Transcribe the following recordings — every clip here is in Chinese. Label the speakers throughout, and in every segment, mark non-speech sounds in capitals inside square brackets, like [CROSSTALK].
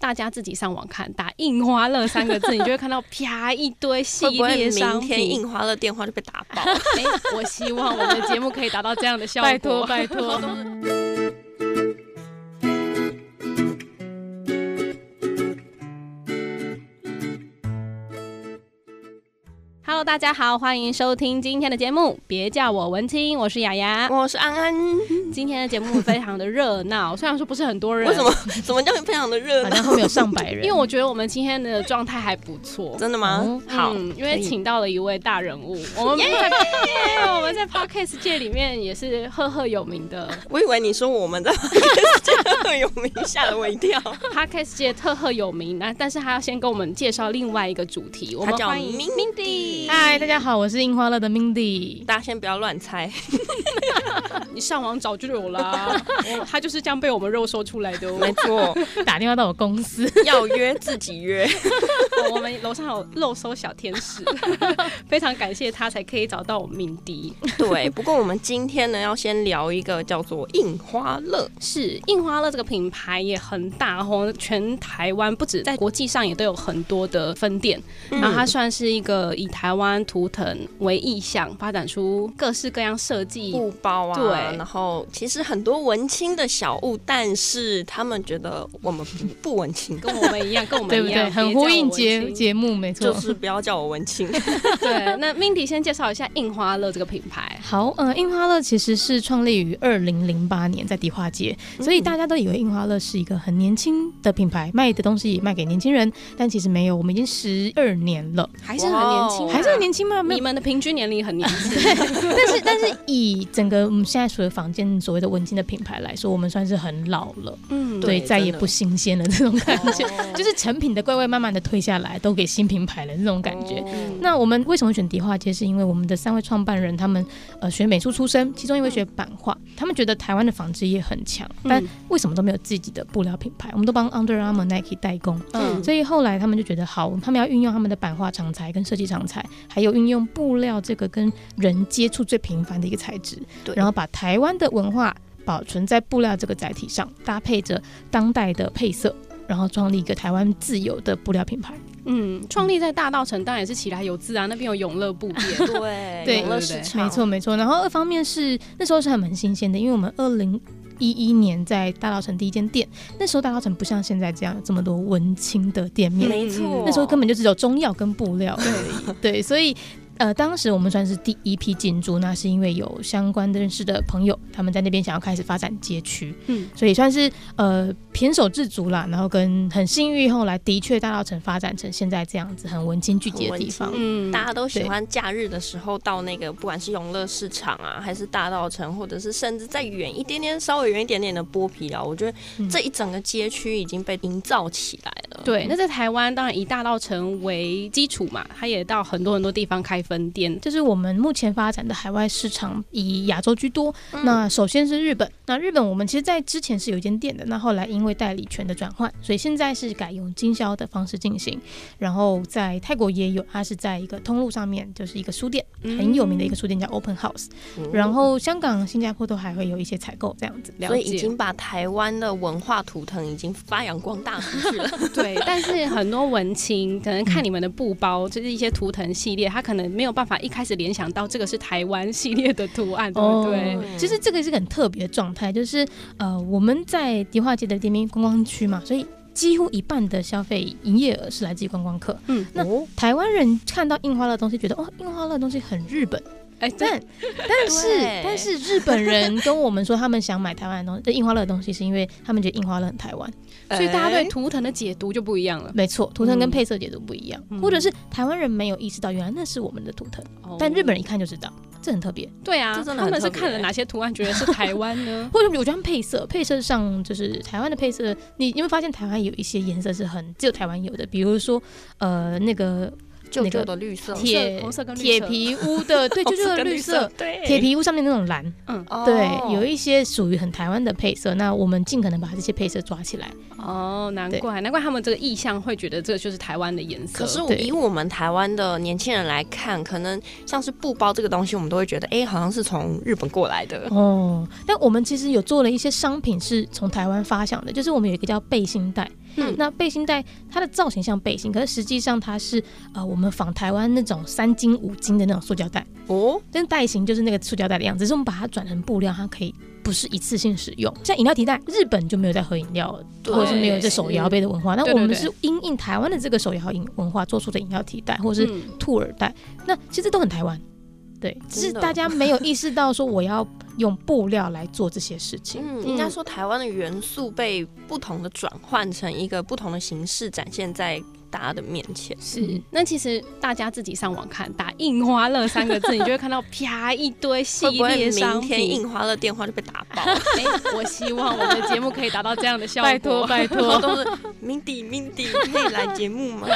Speaker 1: 大家自己上网看，打“印花乐”三个字，你就会看到啪一堆系
Speaker 2: 会不会
Speaker 1: 列商
Speaker 2: 明
Speaker 1: 品。
Speaker 2: 天印花乐电话就被打爆？
Speaker 1: 哎，我希望我们的节目可以达到这样的效果。
Speaker 3: 拜托拜托。
Speaker 1: Hello，大家好，欢迎收听今天的节目。别叫我文青，我是雅雅。
Speaker 2: 啊我是安安，
Speaker 1: 今天的节目非常的热闹， [LAUGHS] 虽然说不是很多人，
Speaker 2: 为什么？ [LAUGHS] 怎么叫非常的热
Speaker 3: 好
Speaker 2: 闹？
Speaker 3: 像后面有上百人，
Speaker 1: 因为我觉得我们今天的状态还不错。
Speaker 2: 真的吗？
Speaker 3: 哦
Speaker 2: 好，
Speaker 1: 嗯，因为请到了一位大人物，我们在我们在 podcast 界里面也是赫赫有名的 [LAUGHS]
Speaker 2: 我以为你说我们在 [LAUGHS] 这个有名，吓了我一 [LAUGHS] 跳。
Speaker 1: podcast 界特赫有名。那但是他要先跟我们介绍另外一个主题，我
Speaker 2: 他
Speaker 1: 们
Speaker 2: 叫
Speaker 1: 欢迎
Speaker 2: Mindy，
Speaker 3: 嗨，大家好，我是樱花乐的 Mindy。
Speaker 2: 大家先不要乱猜，
Speaker 1: 你上网找就有啦，
Speaker 3: [LAUGHS]
Speaker 1: 我他就是这样被我们肉搜出来的哦。
Speaker 2: 错，
Speaker 3: [LAUGHS] 打电话到我公司，
Speaker 2: 要约自己 [LAUGHS] 约。
Speaker 1: 我们楼上有肉搜小天使， [LAUGHS] 非常感谢他才可以找到我们敏迪。
Speaker 2: 对，不过我们今天呢，要先聊一个叫做印花乐，
Speaker 1: 是印花乐这个品牌也很大红，全台湾不止在国际上也都有很多的分店。
Speaker 3: 嗯
Speaker 1: 然后它算是一个以台湾图腾为意向，发展出各式各样设计。
Speaker 3: 嗯
Speaker 2: 布包啊，
Speaker 1: 对
Speaker 2: 然后其实很多文青的小物，但是他们觉得我们不不文 [LAUGHS] 青，
Speaker 1: 跟我们一样，跟我们
Speaker 3: [LAUGHS] 对
Speaker 1: 一
Speaker 3: 不
Speaker 1: 样，
Speaker 3: 对？很
Speaker 1: 别叫我
Speaker 3: 呼应
Speaker 1: 文
Speaker 3: 节
Speaker 1: 青
Speaker 3: 节目，没错。
Speaker 2: 就是不要叫我文青。
Speaker 1: 对，那 Mindy 先介绍一下印花乐这个品牌。
Speaker 3: 好，呃，印花乐其实是创立于二零零八年，在迪化街，所以大家都以为印花乐是一个很年轻的品牌，卖的东西也卖给年轻人，但其实没有，我们已经十二年了，
Speaker 1: 还是很年轻啊、
Speaker 2: 哇哦
Speaker 3: 还是很年轻吗？没
Speaker 1: 你
Speaker 3: 有，
Speaker 1: 们的平均年龄很年轻，
Speaker 3: [LAUGHS] 但是但是以整个我们现在所有房间所谓的文青的品牌来说，我们算是很老了，
Speaker 1: 嗯，
Speaker 2: 对
Speaker 3: 对，再也
Speaker 2: 真的
Speaker 3: 不新鲜了这种感觉，
Speaker 2: 哦
Speaker 3: [LAUGHS] 就是成品的乖乖慢慢的推下来，都给新品牌了这种感觉。
Speaker 2: 哦
Speaker 3: 那我们为什么选迪化街？是因为我们的三位创办人他们呃学美术出身，其中一位学版画，他们觉得台湾的纺织业很强，
Speaker 1: 嗯
Speaker 3: 但为什么都没有自己的布料品牌？我们都帮 Under Armour、Nike 代工，
Speaker 1: 嗯
Speaker 3: 所以后来他们就觉得好，他们要运用他们的版画长才跟设计长才，还有运用布料这个跟人接触最频繁的一个材质，
Speaker 2: 对
Speaker 3: 然后把台湾的文化保存在布料这个载体上，搭配着当代的配色。然后创立一个台湾自有的布料品牌，
Speaker 1: 嗯，创立在大道城当然也是起来有字啊，那边有永乐布店，
Speaker 2: 对
Speaker 3: 对
Speaker 2: 永乐市场
Speaker 3: 没错，没错。然后二方面是那时候是还蛮新鲜的，因为我们二零一一年在大稻城第一间店，那时候大稻城不像现在这样有这么多文青的店面，
Speaker 2: 没错，
Speaker 3: 那时候根本就只有中药跟布料而已。 [LAUGHS] 对，所以。呃，当时我们算是第一批进驻，那是因为有相关的认识的朋友，他们在那边想要开始发展街区，
Speaker 1: 嗯，
Speaker 3: 所以算是呃偏手自足啦。然后跟很幸运，后来的确大稻城发展成现在这样子，很文青聚集的地方
Speaker 2: 很。文
Speaker 1: 嗯，
Speaker 2: 大家都喜欢假日的时候到那个，不管是永乐市场啊，还是大道城，或者是甚至再远一点点、稍微远一点点的剥皮寮，我觉得
Speaker 3: 嗯
Speaker 2: 这一整个街区已经被营造起来了。
Speaker 1: 对，那在台湾当然以大道城为基础嘛，它也到很多很多地方开分店。
Speaker 3: 就是我们目前发展的海外市场以亚洲居多。
Speaker 2: 嗯
Speaker 3: 那首先是日本，那日本我们其实，在之前是有一间店的，那后来因为代理权的转换，所以现在是改用经销的方式进行。然后在泰国也有，它是在一个通路上面，就是一个书店，
Speaker 1: 嗯
Speaker 3: 很有名的一个书店叫 Open House。
Speaker 2: 嗯
Speaker 3: 然后香港、新加坡都还会有一些采购这样子。
Speaker 1: 嗯了
Speaker 2: 所
Speaker 1: 解
Speaker 2: 以已经把台湾的文化图腾已经发扬光大出去了。
Speaker 1: 对，但是很多文青可能看你们的布包， [LAUGHS] 就是一些图腾系列，他可能没有办法一开始联想到这个是台湾系列的图案，对不对？
Speaker 3: 哦其实这个是个很特别的状态，就是呃，我们在迪化街的店面观光区嘛，所以几乎一半的消费营业额是来自于观光客。
Speaker 1: 嗯，
Speaker 3: 那台湾人看到印花乐的东西，觉得哦，印花乐的东西很日本，
Speaker 1: 哎，对，
Speaker 3: 但但是
Speaker 2: 对
Speaker 3: 但是日本人跟我们说他们想买台湾的东西，这印花乐的东西，是因为他们觉得印花乐很台湾。
Speaker 1: 所以大家对
Speaker 2: 哎
Speaker 1: 图腾的解读就不一样了。
Speaker 3: 没错，图腾跟配色解读不一样，
Speaker 1: 嗯哦
Speaker 3: 或者是台湾人没有意识到原来那是我们的图腾，哦但日本人一看就知道，这很特别。？
Speaker 1: 对啊，
Speaker 2: 这真的
Speaker 1: 他
Speaker 2: 很
Speaker 1: 们是
Speaker 2: 特别
Speaker 1: 看了哪些图案觉得是台湾呢
Speaker 3: 或者我觉得他们配色，配色上就是台湾的配色，你你会发现台湾有一些颜色是很只有台湾有的，比如说呃那个
Speaker 2: 旧
Speaker 3: 那
Speaker 2: 旧
Speaker 3: 个
Speaker 2: 的绿色，
Speaker 3: 铁
Speaker 1: 红色跟绿色
Speaker 3: 铁皮屋的，对，就
Speaker 2: [LAUGHS] 这
Speaker 3: 是
Speaker 2: 个
Speaker 3: 绿
Speaker 2: 色
Speaker 3: 色，
Speaker 2: 对，
Speaker 3: 铁皮屋上面那种蓝，
Speaker 2: 哦，
Speaker 3: 对，有一些属于很台湾的配色，那我们尽可能把这些配色抓起来。
Speaker 1: 哦，难
Speaker 3: 对
Speaker 1: 怪难怪他们这个意向会觉得这个就是台湾的颜色。
Speaker 2: 可是我
Speaker 3: 对
Speaker 2: 以我们台湾的年轻人来看，可能像是布包这个东西，我们都会觉得，哎、好像是从日本过来
Speaker 3: [LAUGHS]
Speaker 1: 呃
Speaker 2: 的。
Speaker 3: 哦，但我们其实有做了一些商品是从台湾发想的，就是我们有一个叫背心袋，
Speaker 1: 嗯
Speaker 3: 那背心带它的造型像背心，可是实际上它是呃我们仿台湾那种三斤五斤的那种塑胶袋，
Speaker 2: 哦，
Speaker 3: 但是袋型就是那个塑胶袋的样子，只是我们把它转成布料，它可以。不是一次性使用，像饮料提袋，日本就没有在喝饮料了，
Speaker 2: 对
Speaker 3: 或者是没有这手摇杯的文化。那
Speaker 1: 对
Speaker 3: 我们
Speaker 1: 对对
Speaker 3: 是因应台湾的这个手摇饮文化做出的饮料提袋，或者是
Speaker 1: 嗯
Speaker 3: 兔耳带，那其实都很台湾。对，只是
Speaker 2: 真的
Speaker 3: 大家没有意识到说我要用布料来做这
Speaker 2: [LAUGHS]
Speaker 3: 些事情。
Speaker 2: 嗯，应该说台湾的元素被不同的转换成一个不同的形式展现在大家的面前。
Speaker 1: 是，那其实大家自己上网看，打“印花乐”三个字，你就会看到啪一堆系
Speaker 2: 会不会
Speaker 1: 列商品。
Speaker 2: 明
Speaker 1: [LAUGHS]
Speaker 2: 天印花的电话就被打爆？
Speaker 1: 哎、我希望我们的节目可以达到这样的效果。
Speaker 3: 拜托拜
Speaker 2: 然后
Speaker 3: 托，
Speaker 2: 都是 Mindy Mindy 可以来节目吗？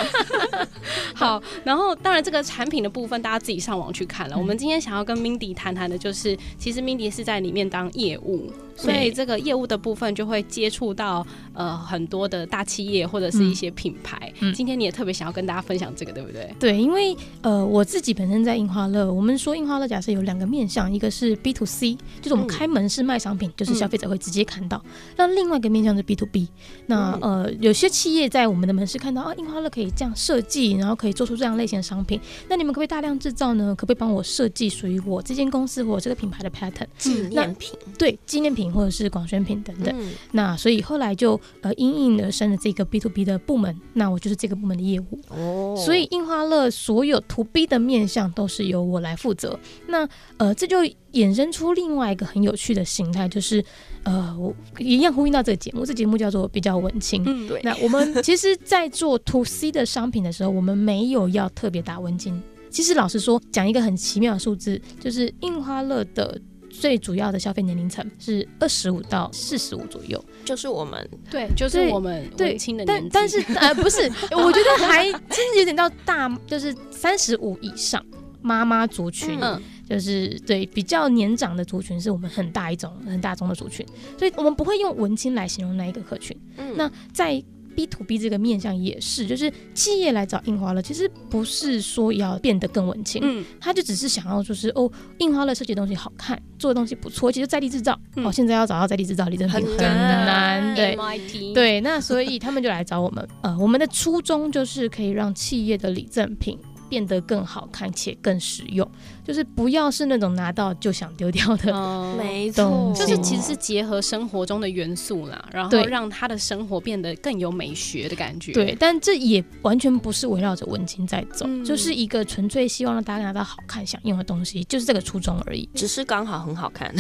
Speaker 1: 好，然后当然这个产品的部分大家自己上网去看了。我们今天想要跟 Mindy 谈谈的就是，其实 Mindy 是在里面当业务，所以这个业务的部分就会接触到呃很多的大企业或者是一些品牌。
Speaker 3: 嗯
Speaker 1: 今天你也特别想要跟大家分享这个，对不对？
Speaker 3: 对，因为呃，我自己本身在印花乐，我们说印花乐假设有两个面向，一个是 B to C，就是我们
Speaker 2: 嗯
Speaker 3: 开门市卖商品，就是
Speaker 1: 嗯
Speaker 3: 消费者会直接看到；那另外一个面向是 B to B，那
Speaker 2: 嗯
Speaker 3: 呃，有些企业在我们的门市看到啊，印花乐可以这样设计，然后可以做出这样类型的商品，那你们可不可以大量制造呢？可不可以帮我设计属于我这间公司或我这个品牌的 pattern？
Speaker 2: 纪
Speaker 3: 那
Speaker 2: 念品，
Speaker 3: 对，纪念品或者是广宣品等等。
Speaker 2: 嗯
Speaker 3: 那所以后来就呃因应而生了这个 B to B 的部门，那我就是这个部门的业务。
Speaker 2: 哦
Speaker 3: 所以印花乐所有 to B 的面向都是由我来负责。那呃，这就衍生出另外一个很有趣的形态，就是呃，我一样呼应到这个节目，这节目叫做比较文青。
Speaker 1: 嗯，
Speaker 2: 对，
Speaker 3: 那我们其实，在做 to C 的商品的时候，我们没有要特别打文青。其实老实说，讲一个很奇妙的数字，就是印花乐的最主要的消费年龄层是二十五到四十五左右。
Speaker 2: 就是我们
Speaker 1: 对，就是
Speaker 3: 对
Speaker 1: 我们
Speaker 3: 对
Speaker 1: 文青的年
Speaker 3: 但
Speaker 1: 纪。[LAUGHS]
Speaker 3: 但是 [LAUGHS] 呃，不是，我觉得还真的有点到大，就是三十五以上妈妈族群，
Speaker 1: 嗯，
Speaker 3: 就是对比较年长的族群，是我们很大一种很大众的族群，所以我们不会用文青来形容那一个客群。
Speaker 2: 嗯
Speaker 3: 那在 B to B 这个面向也是，就是企业来找印花乐，其实不是说要变得更文青，
Speaker 1: 嗯，
Speaker 3: 他就只是想要就是哦，印花乐设计的东西好看，做的东西不错，其实在地制造，
Speaker 1: 嗯
Speaker 3: 哦，现在要找到在地制造力真的
Speaker 2: 很
Speaker 3: 很
Speaker 2: 难
Speaker 3: 难，对，
Speaker 1: MIT，，
Speaker 3: 对，那所以他们就来找我们。呃，我们的初衷就是可以让企业的礼赠品变得更好看且更实用，就是不要是那种拿到就想丢掉的。
Speaker 1: 嗯
Speaker 2: 没
Speaker 3: 懂
Speaker 2: 错，。
Speaker 1: 就是其实是结合生活中的元素啦，然后
Speaker 3: 对
Speaker 1: 让他的生活变得更有美学的感觉。
Speaker 3: 对，，但这也完全不是围绕着文青在走，
Speaker 1: 嗯
Speaker 3: 就是一个纯粹希望让大家拿到好看、想用的东西，就是这个初衷而已
Speaker 2: 只是刚好很好看，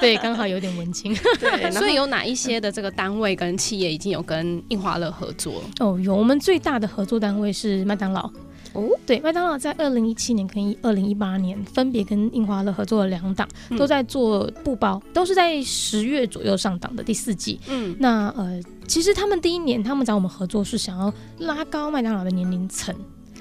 Speaker 3: 对，刚好有点文青 [LAUGHS]
Speaker 2: 对
Speaker 1: 所以有哪一些的这个单位跟企业已经有跟印花乐合作？
Speaker 3: 哦。有我们最大的合作单位是麦当劳，
Speaker 2: 哦，
Speaker 3: 对，麦当劳在二零一七年跟二零一八年分别跟印花乐合作了两档，
Speaker 1: 嗯
Speaker 3: 都在做布包，都是在十月左右上档的第四季。
Speaker 1: 嗯，
Speaker 3: 那呃，其实他们第一年他们找我们合作是想要拉高麦当劳的年龄层，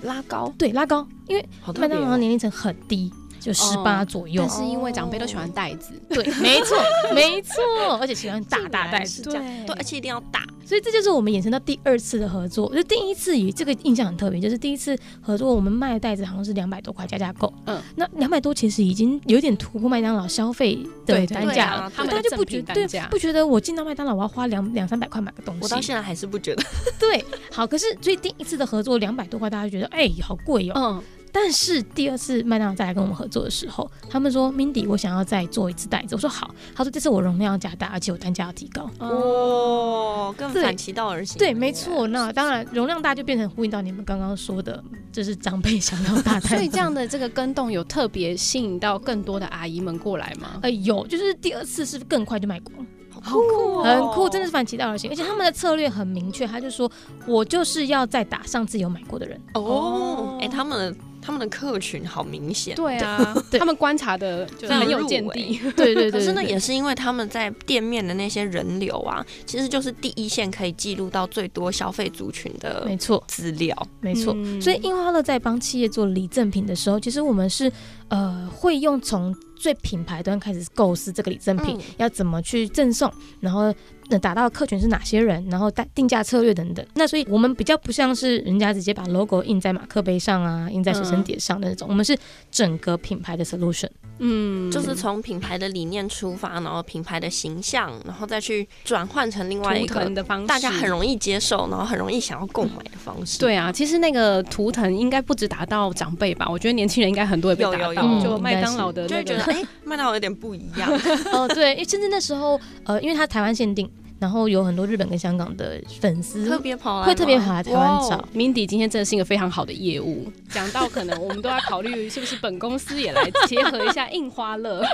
Speaker 2: 拉高，
Speaker 3: 对，拉高，因为
Speaker 2: 好特
Speaker 3: 麦
Speaker 2: 别
Speaker 3: 当劳
Speaker 2: 哦
Speaker 3: 的年龄层很低，就十八左右。
Speaker 1: 但是因为长辈都喜欢袋子，
Speaker 3: 对， [LAUGHS] 没错，没错，而且喜欢大大袋
Speaker 2: 是。
Speaker 3: 子
Speaker 2: 这样，对，而且一定要大，
Speaker 3: 所以这就是我们衍生到第二次的合作。就第一次以这个印象很特别，就是第一次合作，我们卖的袋子好像是两百多块加价购，
Speaker 1: 嗯，
Speaker 3: 那两百多其实已经有点突破麦当劳消费的
Speaker 1: 对
Speaker 3: 单
Speaker 2: 对
Speaker 3: 价
Speaker 2: 啊
Speaker 3: 了，
Speaker 1: 他们
Speaker 3: 大家就不
Speaker 1: 的
Speaker 3: 觉
Speaker 1: 赠品
Speaker 3: 对
Speaker 1: 单价
Speaker 3: 不觉得我进到麦当劳我要花两两三百块买个东
Speaker 2: 我到
Speaker 3: 西，
Speaker 2: 现在还是不觉得，
Speaker 3: 对，好，可是所以第一次的合作两百多块，大家就觉得哎、好贵哦。
Speaker 1: 嗯，
Speaker 3: 但是第二次麦当劳再来跟我们合作的时候，他们说 Mindy 我想要再做一次袋子，我说好，他说这次我容量要加大，而且我单价要提高。
Speaker 1: 嗯
Speaker 2: 哇，更
Speaker 3: 哦对
Speaker 2: 反其道而行，
Speaker 3: 对，没错。那当然，容量大就变成呼应到你们刚刚说的，就是长辈想要大袋。
Speaker 1: 所以这样，的这个跟动有特别吸引到更多的阿姨们过来吗？
Speaker 3: 呃，有，就是第二次是更快就卖光，
Speaker 2: 好酷哦，
Speaker 3: 很酷，真的是反其道而行。而且他们的策略很明确，他就说我就是要再打上次有买过的人。
Speaker 2: 哦，哎，他们的他们的客群好明显，
Speaker 1: 对啊，
Speaker 3: 对
Speaker 1: 他们观察的就很有见地。
Speaker 3: 对对对
Speaker 2: 可是呢，
Speaker 3: 对
Speaker 2: 也是因为他们在店面的那些人流啊，其实就是第一线可以记录到最多消费族群的
Speaker 3: 没错，
Speaker 2: 资料。
Speaker 3: 没错。
Speaker 1: 嗯
Speaker 3: 所以印花乐在帮企业做礼赠品的时候，其实我们是呃会用从最品牌端开始构思这个礼赠品、
Speaker 2: 嗯
Speaker 3: 要怎么去赠送，然后呃打到的客群是哪些人，然后带定价策略等等。那所以我们比较不像是人家直接把 logo 印在马克杯上啊，印在随身碟上的那种，我们是整个品牌的 solution。
Speaker 1: 嗯，
Speaker 2: 就是从品牌的理念出发，然后品牌的形象，然后再去转换成另外一
Speaker 1: 图
Speaker 2: 个
Speaker 1: 腾的方式，
Speaker 2: 大家很容易接受，然后很容易想要购买的方式。，
Speaker 1: 对啊，其实那个图腾应该不止打到长辈吧，我觉得年轻人应该很多也被
Speaker 2: 有
Speaker 1: 打到，
Speaker 2: 有有
Speaker 1: 就麦当劳的、
Speaker 2: 就
Speaker 1: 那
Speaker 2: 会觉
Speaker 1: 个
Speaker 2: 得哎，
Speaker 1: [LAUGHS]
Speaker 2: 麦当劳有点不一样。
Speaker 3: 哦，对， [LAUGHS] 因为甚至那时候，呃，因为它台湾限定，然后有很多日本跟香港的粉
Speaker 2: 特
Speaker 3: 丝
Speaker 2: 别跑来
Speaker 3: 会特别跑
Speaker 2: 吗
Speaker 3: 来台湾
Speaker 2: 哇
Speaker 3: 找
Speaker 2: 哦。
Speaker 1: Mindy 今天真的是一个非常好的业务，讲到可能我们都要考虑是不是本公司也来结合一下印花乐。
Speaker 2: 哦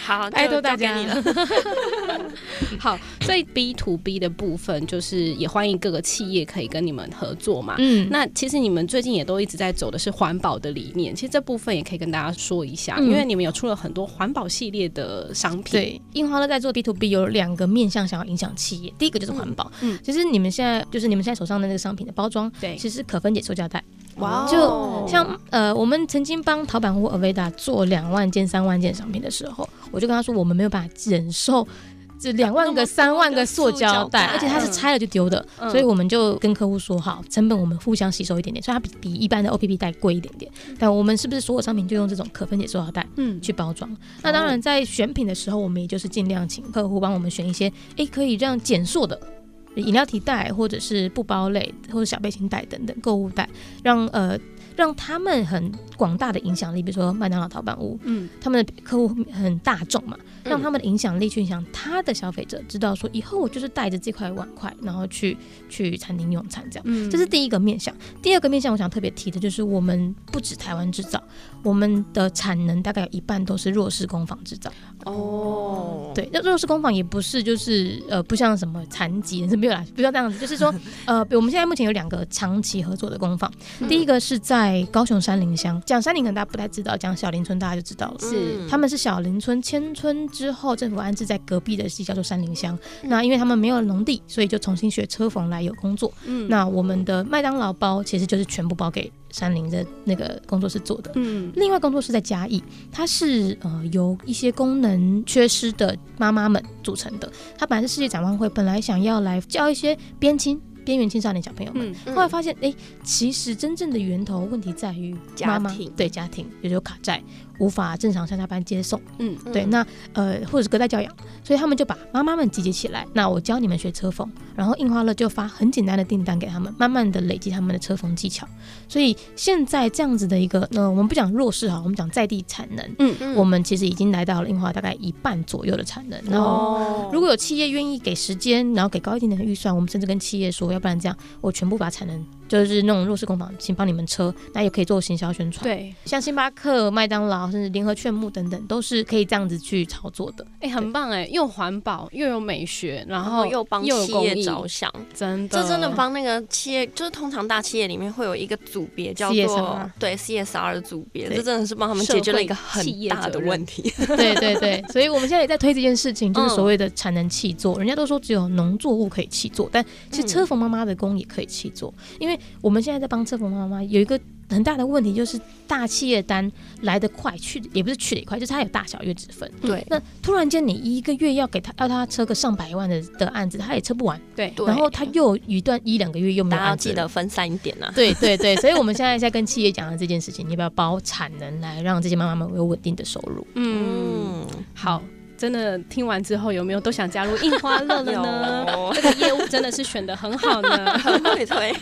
Speaker 2: 好，
Speaker 1: 拜
Speaker 2: 就
Speaker 1: 托大
Speaker 2: 交给
Speaker 1: 家
Speaker 2: 你了。
Speaker 1: 好，所以 B to B 的部分就是也欢迎各个企业可以跟你们合作嘛。
Speaker 3: 嗯，
Speaker 1: 那其实你们最近也都一直在走的是环保的理念，其实这部分也可以跟大家说一下，
Speaker 3: 嗯
Speaker 1: 因为你们有出了很多环保系列的商品。，
Speaker 3: 对，印花乐在做 B to B 有两个面向想要影响企业，第一个就是环保。
Speaker 1: 嗯嗯
Speaker 3: 其实你们现在就是你们现在手上的那个商品的包装，
Speaker 1: 对
Speaker 3: 其实可分解塑胶袋。
Speaker 2: [LAUGHS] 哇哦，
Speaker 3: 就像呃，我们曾经帮陶板户 Aveda 做两万件、三万件商品的时候，我就跟他说，我们没有办法忍受。这两万
Speaker 2: 那么多
Speaker 3: 个、三万
Speaker 2: 的
Speaker 3: 个塑
Speaker 2: 塑胶
Speaker 3: 胶袋，
Speaker 2: 袋
Speaker 3: 而且它是
Speaker 1: 嗯
Speaker 3: 拆了就丢的，
Speaker 1: 嗯
Speaker 3: 所以我们就跟客户说好，成本我们互相吸收一点点，所以它比比一般的 OPP 袋贵一点点。但我们是不是所有商品就用这种可分解塑料袋
Speaker 1: 嗯，
Speaker 3: 去包装？那当然，在选品的时候，我们也就是尽量请客户帮我们选一些，诶，可以让减塑的饮料提袋，或者是布包类，或者小背心袋等等购物袋，让呃让他们很广大的影响力，比如说麦当劳、淘宝屋，
Speaker 1: 嗯，
Speaker 3: 他们的客户很大众嘛，
Speaker 2: 嗯
Speaker 3: 让他们的影响力去影响他的消费者，知道说以后我就是带着这块碗筷，然后去去餐厅用餐这样。
Speaker 1: 嗯
Speaker 3: 这是第一个面向，第二个面向我想特别提的就是，我们不止台湾制造，我们的产能大概有一半都是弱势工坊制造。
Speaker 2: 嗯
Speaker 1: 嗯
Speaker 2: 哦，
Speaker 3: 对，那弱势工坊也不是就是呃，不像什么残疾 [LAUGHS] 人是没有啦，不要这样子，就是说呃，我们现在目前有两个长期合作的工坊，第一个是在高雄山林乡，讲山林可能大家不太知道，讲小林村大家就知道了。
Speaker 1: 是
Speaker 2: 嗯
Speaker 3: 他们是小林村迁村之后，政府安置在隔壁的地叫做山林乡。那因为他们没有农地，所以就重新学车缝来有工作。
Speaker 1: 嗯
Speaker 3: 那我们的麦当劳包其实就是全部包给山林的那个工作室做的。
Speaker 1: 嗯
Speaker 3: 另外工作室在嘉义，它是呃由一些功能缺失的妈妈们组成的。它本来是世界展望会，本来想要来教一些边青边缘青少年小朋友们。
Speaker 1: 嗯
Speaker 2: 嗯
Speaker 3: 后来发现，哎、其实真正的源头问题在于
Speaker 2: 家
Speaker 3: 妈妈
Speaker 2: 庭
Speaker 3: 对家庭，比如说卡债，无法正常上下班接送，
Speaker 1: 嗯
Speaker 3: 对，那呃或者是隔代教养，所以他们就把妈妈们集结起来，那我教你们学车缝，然后印花乐就发很简单的订单给他们，慢慢的累积他们的车缝技巧。所以现在这样子的一个，呃，我们不讲弱势哈，我们讲在地产能，
Speaker 2: 嗯
Speaker 3: 我们其实已经来到了印花大概一半左右的产能，然后。
Speaker 2: 哦
Speaker 3: 如果有企业愿意给时间，然后给高一点点的预算，我们甚至跟企业说，要不然这样，我全部把产能就是那种弱势工坊，请帮你们车，那也可以做行销宣传。，
Speaker 1: 对，
Speaker 3: 像星巴克、麦当劳，甚至联合劝募等等，都是可以这样子去操作的。
Speaker 1: 哎、很棒哎、又环保又有美学，然
Speaker 2: 然
Speaker 1: 后
Speaker 2: 后哦又帮
Speaker 1: 又有
Speaker 2: 企
Speaker 1: 公
Speaker 2: 业
Speaker 1: 益
Speaker 2: 着想，
Speaker 1: 真的
Speaker 2: 这真的帮那个企业，就是通常大企业里面会有一个组别叫
Speaker 3: CSR
Speaker 2: 做对 CSR 的组别，
Speaker 3: 对
Speaker 2: 这真的是帮他们解决了一个很大的问
Speaker 3: [LAUGHS]
Speaker 2: 题。
Speaker 3: 对对
Speaker 2: [LAUGHS]
Speaker 3: 对，所以我们现在也在推这件事情，
Speaker 2: 嗯
Speaker 3: 就是所谓的产能气作。人家都说只有农作物可以气作，但其
Speaker 2: 嗯
Speaker 3: 实车缝妈妈的工也可以气作，因为我们现在在帮车缝妈妈有一个。很大的问题就是大企业单来得快，去得也不是去得也快，就是它有大小月之分。
Speaker 2: 对
Speaker 3: 那突然间你一个月要给他要他车个上百万的的案子，他也车不完，
Speaker 1: 对
Speaker 2: 对
Speaker 3: 然后他又有一段一两个月又没
Speaker 2: 大
Speaker 3: 有
Speaker 2: 家要
Speaker 3: 案
Speaker 2: 记
Speaker 3: 子
Speaker 2: 得
Speaker 3: 了。
Speaker 2: 分散一点
Speaker 3: [LAUGHS]
Speaker 2: 啊。
Speaker 3: 对对对，所以我们现在在跟企业讲的这件事情，你要不要包产能来让这些妈妈们有稳定的收入？
Speaker 1: 嗯
Speaker 2: 嗯，
Speaker 1: 好。真的听完之后，有没有都想加入印花
Speaker 2: 嗯
Speaker 1: 乐了呢？
Speaker 2: [LAUGHS] 有
Speaker 1: 这个业务真的是选的很好呢。 [LAUGHS]
Speaker 2: 很 [LAUGHS] 会推，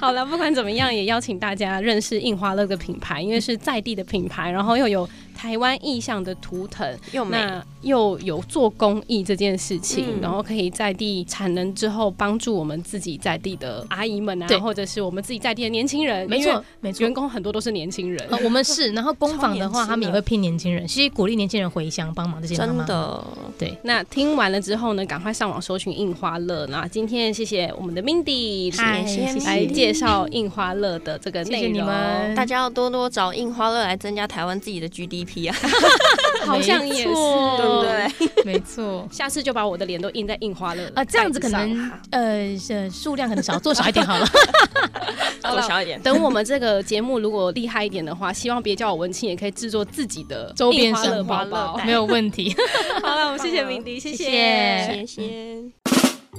Speaker 1: 好了，不管怎么样，也邀请大家认识印花乐这个品牌，因为是在地的品牌，然后又有台湾意象的图腾，
Speaker 2: 又美。
Speaker 1: 那又有做公益这件事情，
Speaker 2: 嗯
Speaker 1: 然后可以在地产能之后，帮助我们自己在地的阿姨们啊
Speaker 3: 对，
Speaker 1: 或者是我们自己在地的年轻人，
Speaker 3: 没
Speaker 1: 因为
Speaker 3: 错，没错
Speaker 1: 员。工很多都是年轻人。
Speaker 3: 呃，我们是，然后工
Speaker 2: 超
Speaker 3: 坊的
Speaker 2: 年轻
Speaker 3: 话，
Speaker 2: 的
Speaker 3: 他们也会聘年轻人，其实鼓励年轻人回乡帮忙这些妈
Speaker 2: 真
Speaker 3: 妈。，
Speaker 2: 的，
Speaker 1: 那听完了之后呢，赶快上网搜寻印花乐。那今天谢谢我们的 Mindy
Speaker 3: 嗨
Speaker 2: 谢谢
Speaker 1: 来
Speaker 2: Mindy
Speaker 1: 介绍印花乐的这个
Speaker 3: 谢
Speaker 1: 内容。
Speaker 3: 谢你们，
Speaker 2: 大家要多多找印花乐来增加台湾自己的 GDP 啊，
Speaker 1: 好像也是
Speaker 3: 没
Speaker 1: 嗯
Speaker 3: 错
Speaker 2: 对不对？
Speaker 3: 没错。
Speaker 1: 下次就把我的脸都印在印花乐
Speaker 3: 啊，这样子可
Speaker 1: 袋上
Speaker 3: 能呃呃数量可能少，做少一点 [LAUGHS] 好了。
Speaker 1: 好
Speaker 2: 做
Speaker 1: 了
Speaker 2: 小一点。
Speaker 1: 等我们这个节目如果厉害一点的话，希望别叫我文青，也可以制作自己的
Speaker 3: [LAUGHS] 周边
Speaker 1: 印花乐
Speaker 3: 商
Speaker 1: 包
Speaker 2: 品
Speaker 1: 包。
Speaker 3: 没有问题。
Speaker 1: 好了，我们谢谢明迪，谢
Speaker 3: 谢
Speaker 2: 谢
Speaker 3: 谢
Speaker 2: 谢。